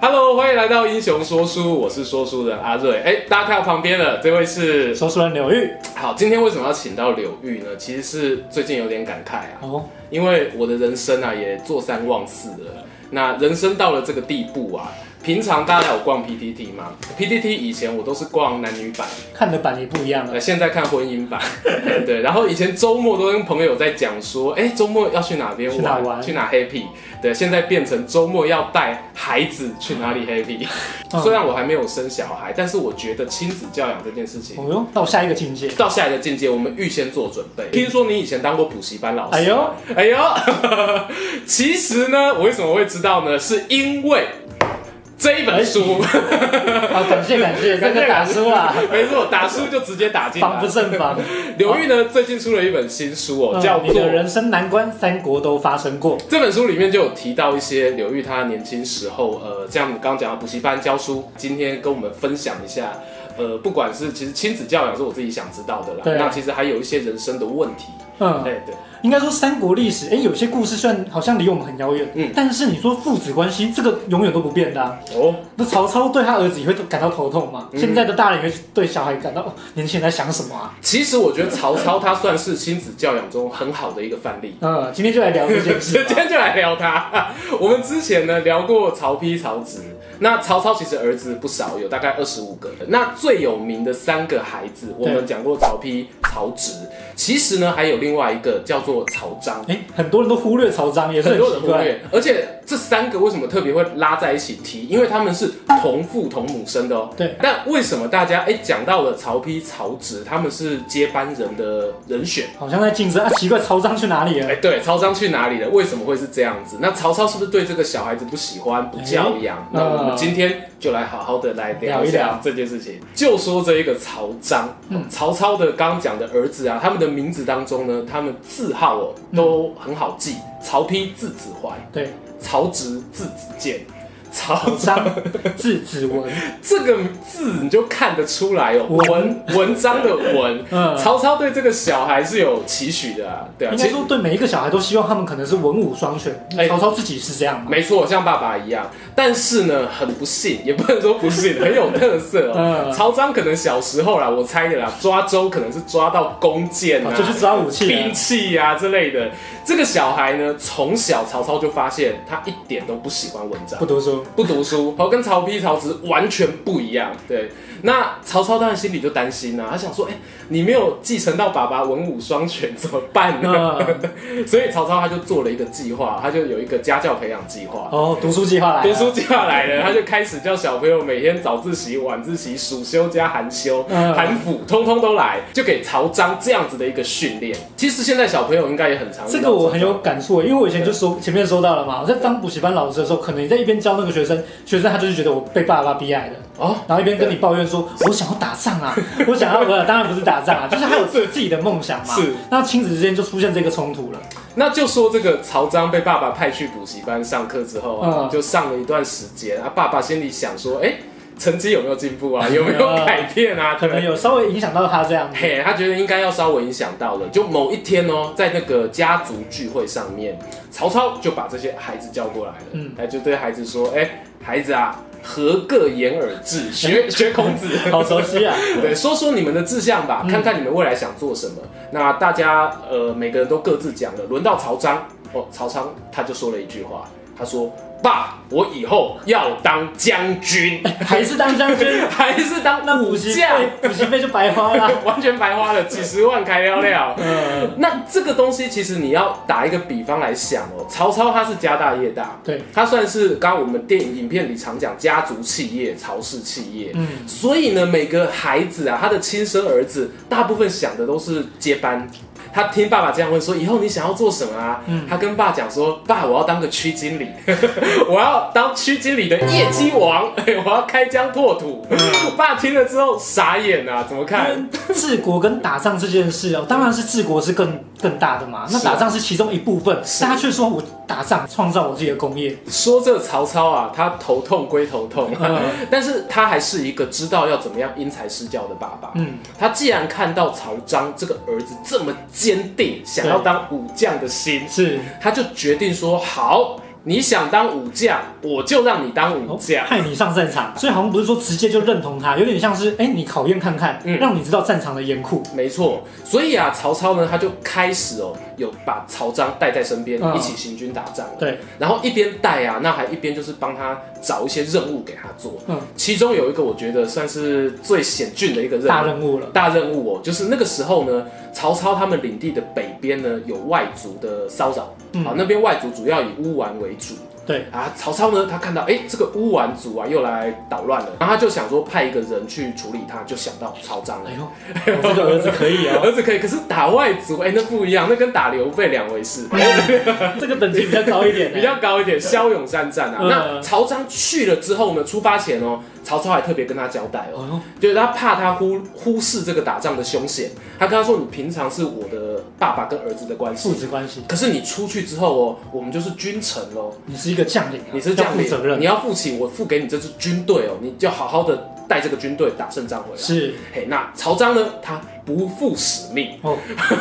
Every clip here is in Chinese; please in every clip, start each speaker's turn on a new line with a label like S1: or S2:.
S1: Hello，欢迎来到《英雄说书》，我是说书人阿瑞。哎，大家看到旁边了，这位是
S2: 说书人柳玉
S1: 好。今天为什么要请到柳玉呢？其实是最近有点感慨啊。
S2: 哦，
S1: 因为我的人生啊也坐三望四了。那人生到了这个地步啊，平常大家有逛 PTT 吗？PTT 以前我都是逛男女版，
S2: 看的版也不一样
S1: 呃，
S2: 了。
S1: 现在看婚姻版。对，然后以前周末都跟朋友在讲说，哎、周末要去哪边玩？
S2: 去哪玩
S1: 去哪 happy？对，现在变成周末要带孩子去哪里 happy。虽
S2: 嗯
S1: 然我还没有生小孩，但是我觉得亲子教养这件事情。
S2: 哦哟，到下一个境界，
S1: 到下一个境界，我们预先做准备。听说你以前当过补习班老师，
S2: 哎呦，
S1: 哎呦， 其实呢，我为什么会知道呢？是因为这一
S2: 哎
S1: 本书，
S2: 好，感谢感 谢，这个打输啦，
S1: 没错，打书就直接打进
S2: 防
S1: 来
S2: 不。胜 防。
S1: 刘玉呢，最近出了一本新书哦，叫
S2: 嗯你
S1: 做
S2: 的人生难关，三国都发生过。
S1: 这本书里面就有提到一些刘玉他年轻时候，呃，像你刚刚讲的补习班教书，今天跟我们分享一下，呃，不管是其实亲子教养是我自己想知道的啦，
S2: 对啊
S1: 那其实还有一些人生的问题，
S2: 嗯，
S1: 对对，
S2: 应该说三国历史，哎，有些故事虽然好像离我们很遥远，
S1: 嗯
S2: 但是你说父子关系，这个永远都不变的、啊。
S1: 哦，
S2: 那曹操对他儿子也会感到头痛嘛？
S1: 嗯
S2: 现在的大人也会对小孩感到，哦年轻人在想什么啊？
S1: 其实我觉得曹操他算是亲子教养中很好的一个范例。
S2: 嗯，今天就来聊这件事
S1: 今
S2: 吧。
S1: 天就来聊他。 我们之前呢聊过曹丕、曹植，那曹操其实儿子不少，有大概二十五个。那最有名的三个孩子，我们讲过曹丕、曹植，其实呢还有另外一个叫做曹彰。
S2: 哎，很多人都忽略曹彰，也是
S1: 很
S2: 很
S1: 多人
S2: 奇
S1: 忽
S2: 怪。
S1: 略，而且这三个为什么特别会拉在一起提？因为他们是同父同母生的哦。
S2: 对。
S1: 但为什么大家哎讲到了曹丕、曹植，他们是接班人的人选？
S2: 好像在竞争啊！奇怪，曹彰去哪里了？
S1: 哎，对，曹彰去哪里了？为什么会是这样子？那曹操是不是对这个小孩子不喜欢、不教养？
S2: 哎
S1: 那我们
S2: 嗯
S1: 今天就来好好的来聊
S2: 聊一
S1: 一下
S2: 聊嗯
S1: 这件事情。就说这一个曹彰，哦曹操的刚刚讲的儿子啊，他们的名字当中呢，他们字号哦都很好记。曹丕字子怀，
S2: 对，
S1: 曹植字子建，曹 彰
S2: 张字子 文，
S1: 这个字你就看得出来哦，
S2: 文
S1: 文文章的文。
S2: 嗯，
S1: 曹操对这个小孩是有期许的、啊，对啊，
S2: 应
S1: 其
S2: 该
S1: 实。
S2: 说对每一个小孩都希望他们可能是文武双全。
S1: 哎
S2: 曹操自己是这样嘛？
S1: 没错，像爸爸一样，但是呢，很不幸，也不能说不幸，很有特色哦。
S2: 嗯
S1: 曹彰可能小时候啦，我猜的啦，抓周可能是抓到弓箭啊，
S2: 哦就是抓武器
S1: 兵
S2: 的，
S1: 器啊之类的。这个小孩呢，从小曹操就发现他一点都不喜欢文章
S2: 不，多说。
S1: 不读书，哦，跟曹丕、曹植完全不一样。对，那曹操当然心里就担心啦、他想说，哎、你没有继承到爸爸文武双全怎么办呢？
S2: 嗯，
S1: 所以曹操他就做了一个计划，他就有一个家教培养计划。
S2: 哦，读书计划来
S1: 读
S2: 了。
S1: 书计划来了，他就开始叫小朋友每天早自习、晚自习、暑休加寒休、
S2: 嗯
S1: 寒辅，通通都来，就给曹彰这样子的一个训练。其实现在小朋友应该也很常遇到
S2: 这个我很
S1: 种
S2: 有感触，因为我以前就说前面说到了嘛，我在当补习班老师的时候，可能你在一边教那个学生， 学生他就是觉得我被爸爸逼来的，
S1: 哦，
S2: 然后一边跟你抱怨说，我想要打仗啊， 我想要，呃，当然不是打仗啊，就是他有自己的梦想嘛。
S1: 是，
S2: 那亲子之间就出现这个冲突了。
S1: 那就说这个曹彰被爸爸派去补习班上课之后啊，
S2: 嗯
S1: 就上了一段时间啊，爸爸心里想说，哎、成绩有没有进步 啊？有没有改变啊？
S2: 嗯可能有稍微影响到他这样子。
S1: 嘿，他觉得应该要稍微影响到了。就某一天哦，在那个家族聚会上面，曹操就把这些孩子叫过来了，嗯
S2: 嗯，
S1: 哎，就对孩子说：“哎、孩子啊，合个言而志，学 学孔 子。”
S2: 好熟悉啊！
S1: 对，说说你们的志向吧，看
S2: 嗯
S1: 看你们未来想做什么。那大家呃，每个人都各自讲了。轮到曹彰哦，曹彰他就说了一句话，他说：“爸，我以后要当将军，
S2: 还是当将军，
S1: 还是当
S2: 那
S1: 武
S2: 补习
S1: 将。”
S2: 费补习费就白花了。
S1: 完全白花了几十万开料料。
S2: 嗯，
S1: 那这个东西其实你要打一个比方来想哦，曹操他是家大业大，
S2: 对，
S1: 他算是刚刚我们电影影片里常讲家族企业、曹氏企业。
S2: 嗯，
S1: 所以呢，每个孩子啊，他的亲生儿子大部分想的都是接班。他听爸爸这样问说：“以后你想要做什么啊？”
S2: 嗯
S1: 他跟爸讲说：“爸，我要当个区经理， 我要当区经理的业绩王， 我要开疆拓土。”
S2: 嗯
S1: 爸听了之后傻眼啊，怎么看？
S2: 治国跟打仗这件事哦，当然是治国是更更大的嘛。那
S1: 是啊
S2: 打仗是其中一部分，
S1: 是
S2: 但他却说我打仗创造我自己的工业。
S1: 说这曹操啊，他头痛归头痛，
S2: 嗯
S1: 但是他还是一个知道要怎么样因材施教的爸爸。
S2: 嗯，
S1: 他既然看到曹彰这个儿子这么坚定，想要当武将的心，
S2: 是
S1: 他就决定说：好，你想当武将，我就让你当武将。
S2: 派哦你上战场，所以好像不是说直接就认同他，有点像是哎、你考验看看，
S1: 嗯
S2: 让你知道战场的严酷。
S1: 没错，所以啊，曹操呢，他就开始哦，有把曹彰带在身边，
S2: 嗯
S1: 一起行军打仗。
S2: 对，
S1: 然后一边带啊，那还一边就是帮他找一些任务给他做。
S2: 嗯
S1: 其中有一个我觉得算是最险峻的一个任务，
S2: 大任务了。
S1: 大任务哦，就是那个时候呢，曹操他们领地的北边呢有外族的骚扰，好、
S2: 嗯
S1: 那边外族主要以乌丸为主
S2: 对，
S1: 啊。曹操呢，他看到哎、诶这个乌丸族啊又来捣乱了，然后他就想说派一个人去处理他，就想到曹彰了
S2: 哎。呦，我这个儿子可以哦，
S1: 儿子可以，可是打外族，哎、那不一样，那跟打刘备两回事，哎
S2: 这个等级比较高一点、
S1: 比较高一点。骁勇善战啊。
S2: 嗯
S1: 那曹彰去了之后呢，出发前哦，曹操还特别跟他交代哦，
S2: 哦
S1: 就是他怕他忽忽视这个打仗的凶险，他跟他说：“你平常是我的爸爸跟儿子的关
S2: 父
S1: 系，
S2: 子关系，
S1: 可是你出去之后哦，我们就是君臣喽，
S2: 你是一个将领、啊，
S1: 你是将
S2: 要
S1: 领
S2: 负责，
S1: 你
S2: 任，
S1: 要负起我付给你这支军队哦，你就好好的带这个军队打胜仗回来。”
S2: 是
S1: 嘿，那曹彰呢？他不负使命
S2: 哦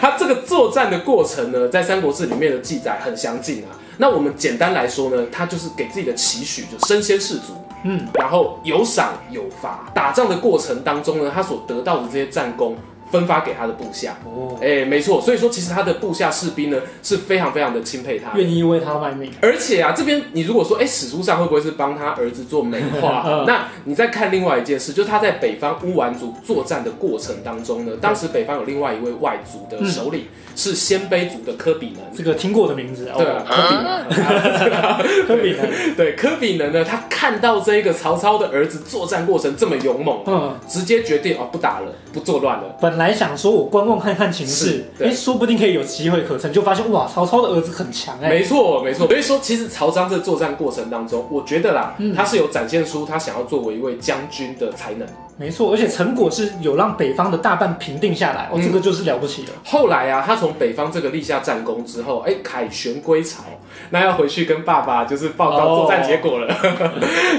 S1: 他这个作战的过程呢，在《三国志》里面的记载很详尽啊。那我们简单来说呢，他就是给自己的期许，就身先士卒，
S2: 嗯，
S1: 然后有赏有罚。打仗的过程当中呢，他所得到的这些战功分发给他的部下。
S2: 哦，
S1: 哎，没错，所以说其实他的部下士兵呢是非常非常的钦佩他的，
S2: 愿意为他卖命，
S1: 而且啊，这边你如果说，哎、史书上会不会是帮他儿子做美化？
S2: 嗯
S1: 那你再看另外一件事，就是他在北方乌丸族作战的过程当中
S2: 嗯
S1: 呢，当时北方有另外一位外族的首领、是鲜卑族的科比能。
S2: 这个听过的名字，
S1: 对啊，
S2: 嗯哦，
S1: 科比能，
S2: 科比呢？
S1: 对科比能呢，他看到这个曹操的儿子作战过程这么勇猛，
S2: 嗯，
S1: 直接决定哦不打了，不作乱了。
S2: 本来想说我观望看看情
S1: 是
S2: 势，
S1: 对
S2: 哎，说不定可以有机会可乘，就发现哇，曹操的儿子很强哎，
S1: 没错，没错。所以说，其实曹彰这作战过程当中，我觉得啦，
S2: 嗯
S1: 他是有展现出他想要作为一位将军的才能。
S2: 没错，而且成果是有让北方的大半平定下来，哦，这
S1: 嗯
S2: 个就是了不起了。
S1: 后来啊，他从北方这个立下战功之后，哎，凯旋归巢，那要回去跟爸爸就是报告
S2: 哦
S1: 作战结果了。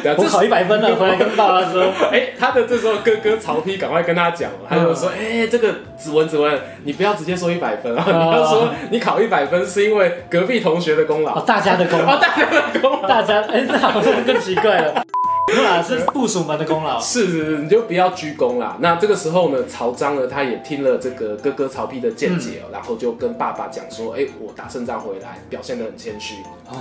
S1: 对啊，这
S2: 我
S1: 时
S2: 考一百分了，回来跟爸爸 说，
S1: 哎，他的这时候哥哥曹丕赶快跟他讲，
S2: 嗯
S1: 他就说，哎，这个子文子文，你不要直接说一百分啊，
S2: 嗯
S1: 你要说你考一百分是因为隔壁同学的功劳
S2: 哦，。大家的功
S1: 啊，
S2: 劳，
S1: 大家的功劳。
S2: 大家，哎，那好像更奇怪了。 不啦，是部署们的功劳。
S1: 是是是，你就不要鞠躬啦。那这个时候呢，曹彰呢，他也听了这个哥哥曹丕的见解
S2: 嗯
S1: 哦，然后就跟爸爸讲说：“哎、我打胜仗回来，表现得很谦虚。”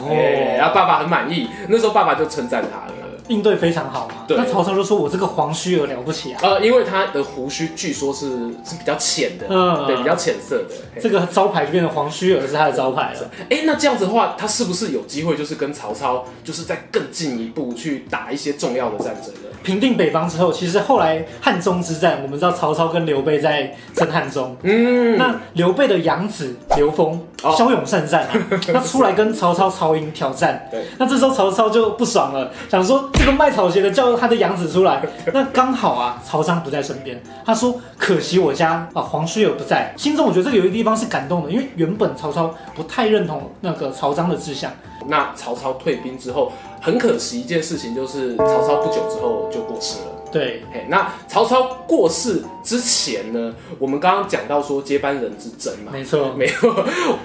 S1: 哎，然
S2: 哦，
S1: 后爸爸很满意，那时候爸爸就称赞他了。
S2: 应对非常好嘛。
S1: 对
S2: 那曹操就说我这个黄须儿了不起啊，
S1: 呃，因为他的胡须据说是是比较浅的，
S2: 嗯
S1: 对，比较浅色的。嘿
S2: 这个招牌就变成黄须儿是他的招牌了。
S1: 哎、那这样子的话，他是不是有机会就是跟曹操，就是再更进一步去打一些重要的战争呢？
S2: 平定北方之后，其实后来汉中之战，我们知道曹操跟刘备在争汉中。
S1: 嗯，
S2: 那刘备的养子刘封
S1: 哦
S2: 骁勇善战啊， 他出来跟曹操、曹营挑战。
S1: 对，
S2: 那这时候曹操就不爽了，想说这个卖草鞋的叫他的养子出 来。那刚好啊，曹彰不在身边，他说可惜我家啊黄须儿不在。心中我觉得这个有一个地方是感动的，因为原本曹操不太认同那个曹彰的志向，
S1: 那曹操退兵之后，很可惜一件事情就是曹操不久之后就过世了。
S2: 对，
S1: 嘿，那曹操过世之前呢，我们刚刚讲到说接班人之争嘛，
S2: 没错，
S1: 没有，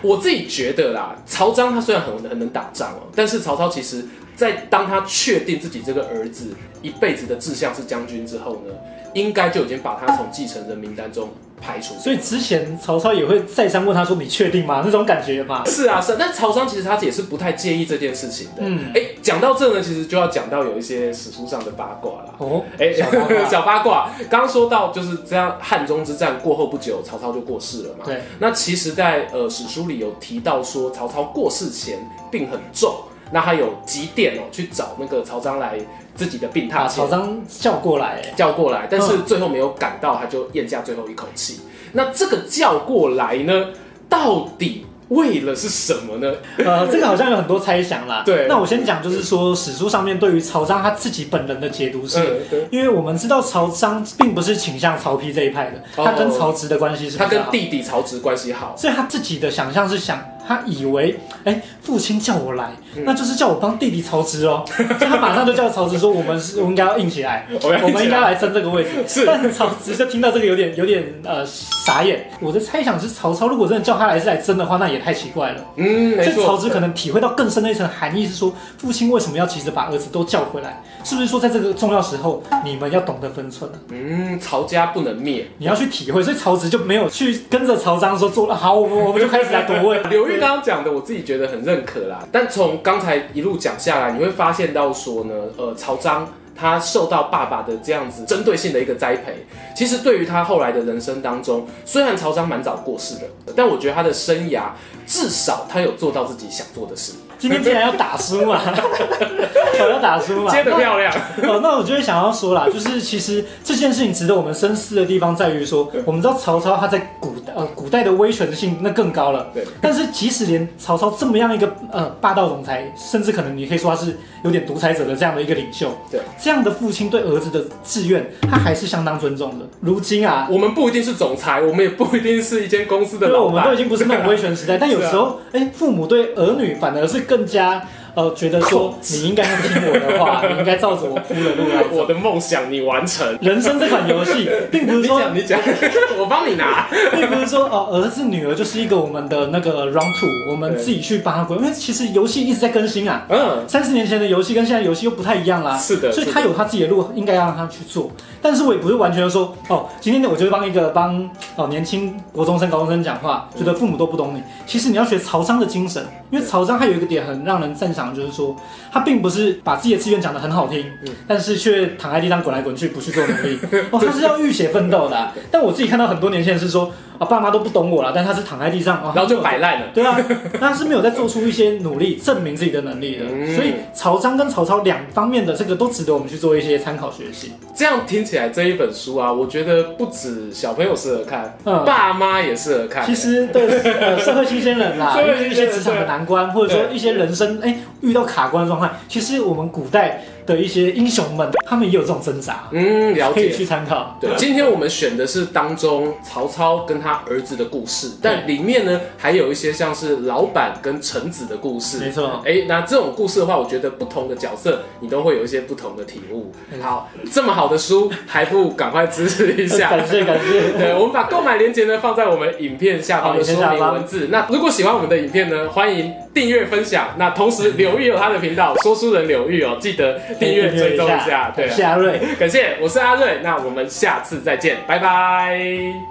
S1: 我自己觉得啦，曹彰他虽然很很能打仗哦，但是曹操其实在当他确定自己这个儿子一辈子的志向是将军之后呢，应该就已经把他从继承人名单中排除。
S2: 所以之前曹操也会再三问他说你确定吗？那种感觉嘛，
S1: 是啊，是啊，但曹彰其实他也是不太介意这件事情的。嗯
S2: 嗯，
S1: 哎、讲到这呢，其实就要讲到有一些史书上的八卦啦。
S2: 哦，
S1: 哎、
S2: 小八卦
S1: 小八卦，刚刚说到就是这样，汉中之战过后不久，曹操就过世了嘛。
S2: 对，
S1: 那其实在，呃史书里有提到说，曹操过世前病很重，那他有急电哦去找那个曹彰来自己的病
S2: 把
S1: 榻前
S2: 曹彰嗯叫过来、
S1: 叫过来，但是最后没有赶到，他就咽下最后一口气。那这个叫过来呢，到底为了是什么呢？
S2: 呃，这个好像有很多猜想啦。
S1: 对
S2: 那我先讲，就是说史书上面对于曹彰他自己本人的解读是，
S1: 嗯，对，
S2: 因为我们知道曹彰并不是倾向曹丕这一派的，
S1: 哦
S2: 他跟曹植的关系是
S1: 他
S2: 比较
S1: 跟
S2: 好
S1: 弟弟曹植关系好，
S2: 所以他自己的想象是想，他以为，哎，父亲叫我来，
S1: 嗯
S2: 那就是叫我帮弟弟曹植 哦。所以他马上就叫曹植说，我们是，我们应该要硬起来，
S1: 我们要硬起来
S2: 我们应该来争这个位置。
S1: 是
S2: 但曹植就听到这个有点有点呃傻眼。我的猜想是，曹操如果真的叫他来是来争的话，那也太奇怪了。
S1: 嗯，没
S2: 所以曹
S1: 错，
S2: 植可能体会到更深的一层含义是说，父亲为什么要急着把儿子都叫回来？是不是说在这个重要时候，你们要懂得分寸啊？
S1: 嗯，曹家不能灭。。
S2: 你要去体会，所以曹植就没有去跟着曹彰说做了好，我们我们就开始来夺位
S1: 刘玉刚刚讲的，我自己觉得很认可啦。但从刚才一路讲下来，你会发现到说呢，呃，曹彰他受到爸爸的这样子针对性的一个栽培，其实对于他后来的人生当中，虽然曹彰蛮早过世的，但我觉得他的生涯至少他有做到自己想做的事，
S2: 今天竟然要打输嘛， 我要打输嘛。
S1: 接得漂亮。
S2: 哦，那我就会想要说啦，就是其实这件事情值得我们深思的地方在于说，我们知道曹操他在古代呃古代的威权性那更高了，
S1: 对。
S2: 但是即使连曹操这么样一个呃霸道总裁，甚至可能你可以说他是有点独裁者的这样的一个领袖，
S1: 对，
S2: 这样的父亲对儿子的志愿，他还是相当尊重的。如今啊，
S1: 我们不一定是总裁，我们也不一定是一间公司的
S2: 因为
S1: 老啊
S2: 我们都
S1: 板。
S2: 已经不是那种威 权时代，但有时候，哎、父母对儿女反而是更加呃觉得说，你应该要听我的话，你应该照着我铺的路 来走。
S1: 我的梦想你完成，
S2: 人生这款游戏，并不是
S1: 你
S2: 说，
S1: 讲你讲，我帮你拿。
S2: 并不是说哦，儿子女儿就是一个我们的那个 round two，我们
S1: 对
S2: 自己去把它滚，因为其实游戏一直在更新啊。
S1: 嗯，
S2: 三十年前的游戏跟现在游戏又不太一样啦，
S1: 是的
S2: 所以
S1: 是的
S2: 他有他自己的路，应该让他去做。但是我也不是完全说，哦，今天我就是帮一个帮哦年轻国中生、高中生讲话，觉得父母都不懂你。其实你要学曹彰的精神，因为曹彰他有一个点很让人赞赏，就是说他并不是把自己的志愿讲得很好听，
S1: 嗯
S2: 但是却躺在地上滚来滚去，不去做努 力。哦，他是要浴血奋斗的啊、但我自己看到很多年轻人是说，啊，爸妈都不懂我了，但他是躺在地上，哦、
S1: 然后就摆烂了。
S2: 对啊，他是没有在做出一些努力证明自己的能力的，
S1: 嗯
S2: 所以曹彰跟曹操两方面的这个都值得我们去做一些参考学习。
S1: 这样听起来这一本书啊，我觉得不止小朋友适合看，
S2: 嗯
S1: 爸妈也适合看。
S2: 其实对呃社会新鲜人啦，
S1: 啊 社会
S2: 因为
S1: 新
S2: 一
S1: 鲜人
S2: 些职场的难关，或者说一些人生哎、遇到卡关的状态，其实我们古代的一些英雄们，他们也有这种挣扎，
S1: 嗯，了
S2: 可以
S1: 解。
S2: 去参考。
S1: 对，今天我们选的是当中曹操跟他儿子的故事，但里面呢还有一些像是老板跟臣子的故事。
S2: 没错
S1: 哎，那这种故事的话，我觉得不同的角色你都会有一些不同的体悟。好，这么好的书，还不赶快支持一
S2: 呃
S1: 下？
S2: 感谢感 谢。
S1: 对，我们把购买链接呢放在我们影片下方的说
S2: 好影片下
S1: 明
S2: 方
S1: 文字。那如果喜欢我们的影片呢，欢迎订阅分享。那同 时刘玉有他的频道，说书人刘玉哦，记得订
S2: 哎
S1: 阅追 踪一下。对啊，
S2: 夏瑞。
S1: 感谢，我是阿瑞，那我们下次再见，拜拜。